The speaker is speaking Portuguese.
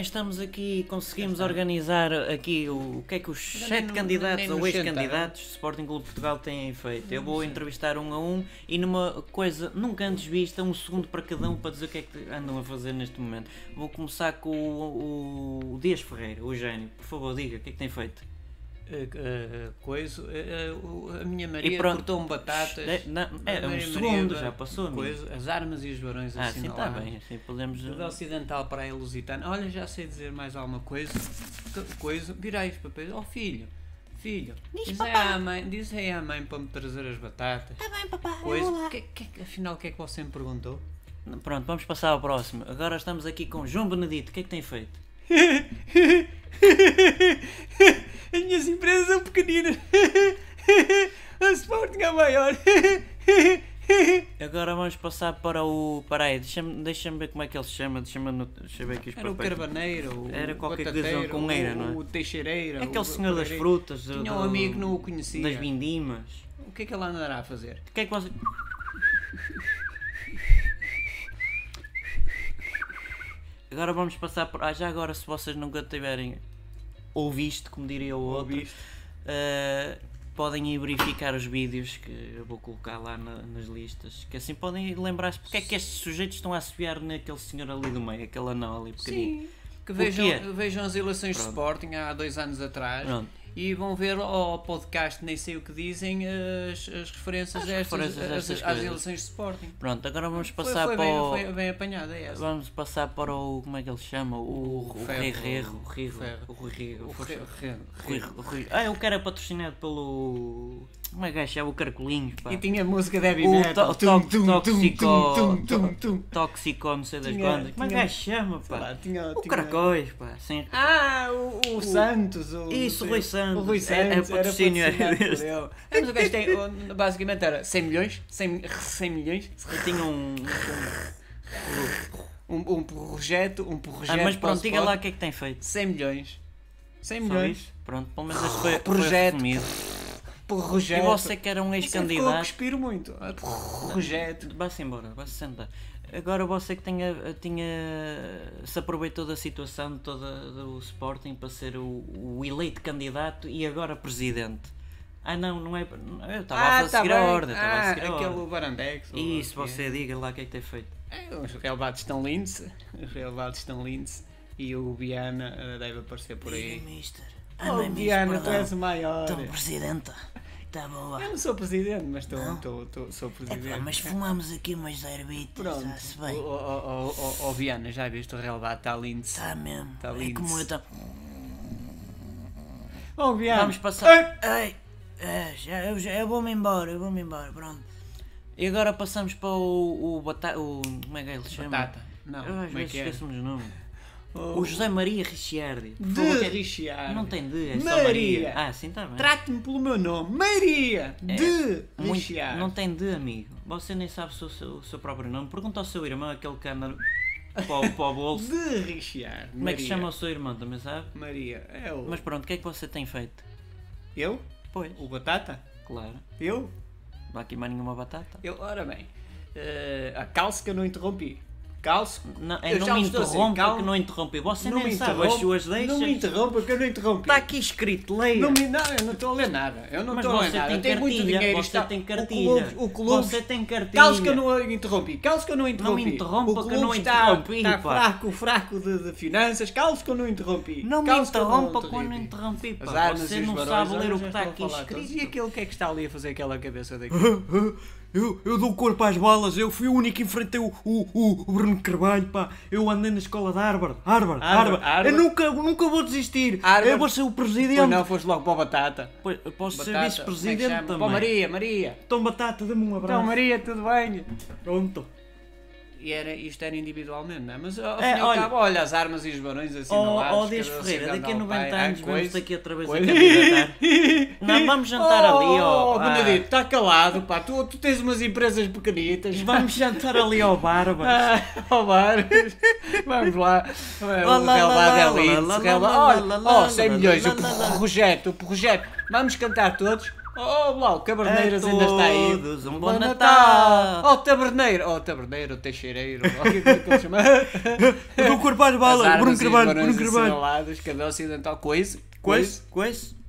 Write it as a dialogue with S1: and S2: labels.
S1: estamos aqui, conseguimos organizar aqui o, o que é que os
S2: Ainda
S1: sete
S2: nem-
S1: candidatos
S2: nem nos
S1: ou
S2: sentaram. Hum,
S1: ex-candidatos do Sporting Clube de Portugal têm feito. Eu vou entrevistar um a um e numa coisa nunca antes vista, um segundo para cada um para dizer o que é que andam a fazer neste momento. Vou começar com o, o Dias Ferreira, o Eugênio. Por favor, diga o que é que tem feito.
S2: Uh, uh, coisa, uh, uh, a minha Maria
S1: pronto.
S2: cortou-me batatas.
S1: É, não, é,
S2: A
S1: um
S2: Maria
S1: segundo,
S2: Maria-
S1: já passou, amigo.
S2: coisa, as armas e os barões
S1: Ah, sim, está
S2: assinalaram.
S1: bem, assim podemos.
S2: Da ocidental para a lusitana. Olha, já sei dizer mais alguma coisa. Co- Coisa, virai os papéis. Oh filho, filho, diz aí à mãe, diz aí à mãe para me trazer as batatas.
S1: Tá
S2: Está bem, papai. Coisa, que, que- afinal, o que é que você me perguntou?
S1: Pronto, vamos passar ao próximo. Agora estamos aqui com João Benedito. O que é que tem feito?
S2: As minhas empresas são pequeninas. A Sporting é maior.
S1: Agora vamos passar para o. Para aí, deixa-me deixa ver como é que ele se chama. Deixa-me anot- deixa eu ver aqui os
S2: Era o
S1: papéis.
S2: carbaneiro, o
S1: Era qualquer coisa
S2: batateiro,
S1: com eira,
S2: o,
S1: não é?
S2: O teixeireira.
S1: É
S2: o
S1: aquele senhor das
S2: batateiro.
S1: frutas. do-
S2: Tinha um
S1: do-
S2: amigo que não o conhecia.
S1: Das vindimas.
S2: O que é que ele andará a fazer?
S1: O que é que você. Agora vamos passar por. Ah, já agora, se vocês nunca tiverem ouvido, como diria o outro,
S2: Ouvido.
S1: eh, podem ir verificar os vídeos que eu vou colocar lá na- nas listas. Que assim podem lembrar-se porque é que estes sujeitos estão a assobiar naquele senhor ali do meio, aquele anão ali pequenino.
S2: Sim. Que
S1: O
S2: vejam,
S1: quê?
S2: vejam as eleições de Sporting há dois anos atrás
S1: Pronto.
S2: e vão ver ao podcast, nem sei o que dizem, as, as referências, a estas,
S1: referências a
S2: as-
S1: estas
S2: às
S1: coisas.
S2: eleições de Sporting.
S1: Pronto, agora vamos
S2: Foi,
S1: passar
S2: foi
S1: para
S2: bem,
S1: o.
S2: foi bem apanhada essa.
S1: Vamos passar para o. Como é que ele se chama? O, o,
S2: Ferro.
S1: Rirrego, o Rirro.
S2: Ferro.
S1: O Rirrego.
S2: O
S1: força.
S2: Re- Re-
S1: Rui- Rui- Ah, eu quero é patrocinado pelo. Como é que é? chama? O Carcolinhos, pá.
S2: E tinha música de heavy
S1: O
S2: metal.
S1: to- to-
S2: Tum, tum, tum,
S1: tóxico-
S2: tum, tum, tum.
S1: Tóxico, não sei das
S2: Tinha-
S1: quantas. Como é que
S2: tinha-
S1: é? chama,
S2: Sei lá,
S1: pá?
S2: tinha-
S1: O
S2: tinha-
S1: Caracóis, pá. Sim.
S2: Ah, o, o Santos. O,
S1: Isso,
S2: o
S1: o Rui Santos.
S2: O Rui
S1: É- é
S2: Santos. era
S1: patrocínio, é
S2: patrocinado por
S1: deste.
S2: ele. Ah, Mas o gajo tem, o- basicamente era 100 milhões, 100, 100 milhões,
S1: Eu tinha um.
S2: um, um projeto, um projeto
S1: Ah, mas
S2: para o
S1: pronto, diga
S2: Sporting.
S1: lá o que é que tem feito.
S2: 100 milhões. 100
S1: Só
S2: milhões.
S1: isso? Pronto, pelo menos este foi, foi
S2: Ah, Projeto. é
S1: resumido.
S2: Por
S1: E
S2: Rogério.
S1: você que era um
S2: Eu
S1: ex-candidato.
S2: respiro muito. Ah, Por Rogério.
S1: Vá-se embora, vá-se sentar. Agora você que tinha, tinha- se aproveitou da situação toda do Sporting para ser o, o eleito candidato e agora presidente. Ah não, não é. Eu estava a
S2: tá
S1: seguir a
S2: bem.
S1: ordem, estava
S2: Ah,
S1: a seguir a
S2: aquele
S1: ordem.
S2: Barandex. ou
S1: Isso,
S2: lá o quê.
S1: você diga lá o que é que tem feito.
S2: É, Os relevados estão lindos. Os relevados estão lindos. E o Viana ah, deve aparecer por aí.
S1: mister. Tá
S2: Oh,
S1: é
S2: Viana, tu és o maior.
S1: presidente. Está boa.
S2: Eu não sou presidente, mas estou, estou, estou, sou presidente.
S1: fumamos aqui umas erbitas,
S2: Pronto. Oh, oh, oh, oh, oh, Viana, já viste o relevado? Está lindo.
S1: Está mesmo. É
S2: Tá lindo. como eu
S1: estou.
S2: Oh, Viana.
S1: Vamos passar. Ai, é, já, eu, já- eu vou-me embora, eu vou-me embora, pronto. E agora passamos para o. o, bata, o como é que ele se chama?
S2: Batata. Não,
S1: Eu às
S2: como é
S1: vezes
S2: que é?
S1: esqueço-me os nomes.
S2: Oh,
S1: O José Maria Richiardi. Por favor,
S2: de
S1: que-
S2: Richiar.
S1: Não tem de, é só
S2: Maria.
S1: Maria. Ah, sim, está bem.
S2: Trate-me pelo meu nome, Maria de
S1: Muito-
S2: Richiar.
S1: não tem de, amigo. Você nem sabe o seu, o seu próprio nome. Pergunta ao seu irmão, aquele que anda para o, para o bolso.
S2: De Richiar.
S1: Como é que se chama o seu irmão também, sabe?
S2: Maria. É o...
S1: Mas pronto, o que é que você tem feito?
S2: Eu?
S1: Pois,
S2: O Batata?
S1: claro.
S2: Eu?
S1: Não há aqui mais nenhuma batata.
S2: Eu, ora bem. eh, a calça que eu não interrompi. Calça.
S1: Não, é,
S2: Eu já
S1: não me
S2: vos estou a dizer,
S1: interrompa
S2: calma.
S1: que não interrompe. Você
S2: Não
S1: nem
S2: me
S1: sabe as
S2: interrompa.
S1: suas
S2: Não
S1: deixas.
S2: me interrompa que eu não interrompi.
S1: Está aqui escrito, leia.
S2: Não, me, não, eu não estou a ler nada. Eu não
S1: Mas
S2: estou a ler
S1: você
S2: nada.
S1: tem
S2: Eu tenho muito
S1: cartilha,
S2: dinheiro.
S1: você
S2: está,
S1: tem
S2: O
S1: cartilha.
S2: clube, o clube,
S1: Você tem cartilha.
S2: Calos que eu não a interrompi. Calos que eu não interrompi.
S1: me interrompa
S2: o
S1: que eu
S2: clube
S1: não
S2: está,
S1: interrompi,
S2: Está
S1: pá.
S2: fraco, fraco de, de finanças. Calos que eu não interrompi.
S1: Não me
S2: Calos que eu
S1: interrompa
S2: interrompi.
S1: quando interrompi.
S2: As
S1: Pá.
S2: armas
S1: Você
S2: e os
S1: não
S2: barões,
S1: sabe
S2: olha,
S1: ler o que
S2: já
S1: está
S2: estão a
S1: aqui
S2: falar todos. E
S1: escrito.
S2: aquele que é que está ali a fazer aquela cabeça daqui?
S1: Eu, eu dou corpo às balas, eu fui o único que enfrentei o, o, o, o Bruno Carvalho, pá. Eu andei na escola de Harvard, Harvard,
S2: Harvard,
S1: Harvard.
S2: Harvard.
S1: Eu nunca, nunca vou desistir.
S2: Harvard.
S1: Eu vou ser o
S2: Ou
S1: presidente.
S2: não, foste logo para a batata.
S1: Pois, eu posso ser
S2: Batata, como é que
S1: vice-presidente
S2: chama?
S1: também.
S2: Pô, Maria, Maria.
S1: Então, Batata, dê-me um abraço.
S2: Então, é- Maria, tudo bem?
S1: Pronto.
S2: E era, isto era individualmente, não é? Mas, ao
S1: É,
S2: fim e ao
S1: olha-
S2: cabo, olha, as armas e os barões assim assinalados.
S1: Ó oh, Dias
S2: cada um
S1: Ferreira,
S2: chegando
S1: daqui a
S2: ao
S1: 90
S2: pai, há
S1: anos vamos
S2: coisa-
S1: daqui outra vez
S2: coisa-
S1: a candidatar. Não, vamos jantar ali, ó. Ah.
S2: Oh, Benedito, está calado, pá. Tu, tu tens umas empresas pequenitas.
S1: Ah, vamos jantar ali ao Bárbaro.
S2: Ah, ao bar. Vamos lá. O
S1: lá,
S2: relvado é
S1: lá, lá,
S2: lindo.
S1: lá,
S2: relva-
S1: lá, lá,
S2: Olha,
S1: lá, lá,
S2: ó,
S1: lá,
S2: 100 milhões.
S1: lá,
S2: O
S1: lá, lá.
S2: projeto, o projeto. Vamos cantar todos. Oh, Blau, Caberneiras ainda está aí.
S1: É todos um bom Natal.
S2: Oh, Taberneiro! Oh, Taberneiro, Teixeireiro, oh, que, que, que ele chama?
S1: Do Corpaz
S2: As
S1: Bala,
S2: armas e
S1: Bruno
S2: assim os
S1: Carvalho,
S2: barões
S1: Bruno Carvalho.
S2: assinalados, cada ocidental, coisa,
S1: Coice, coice.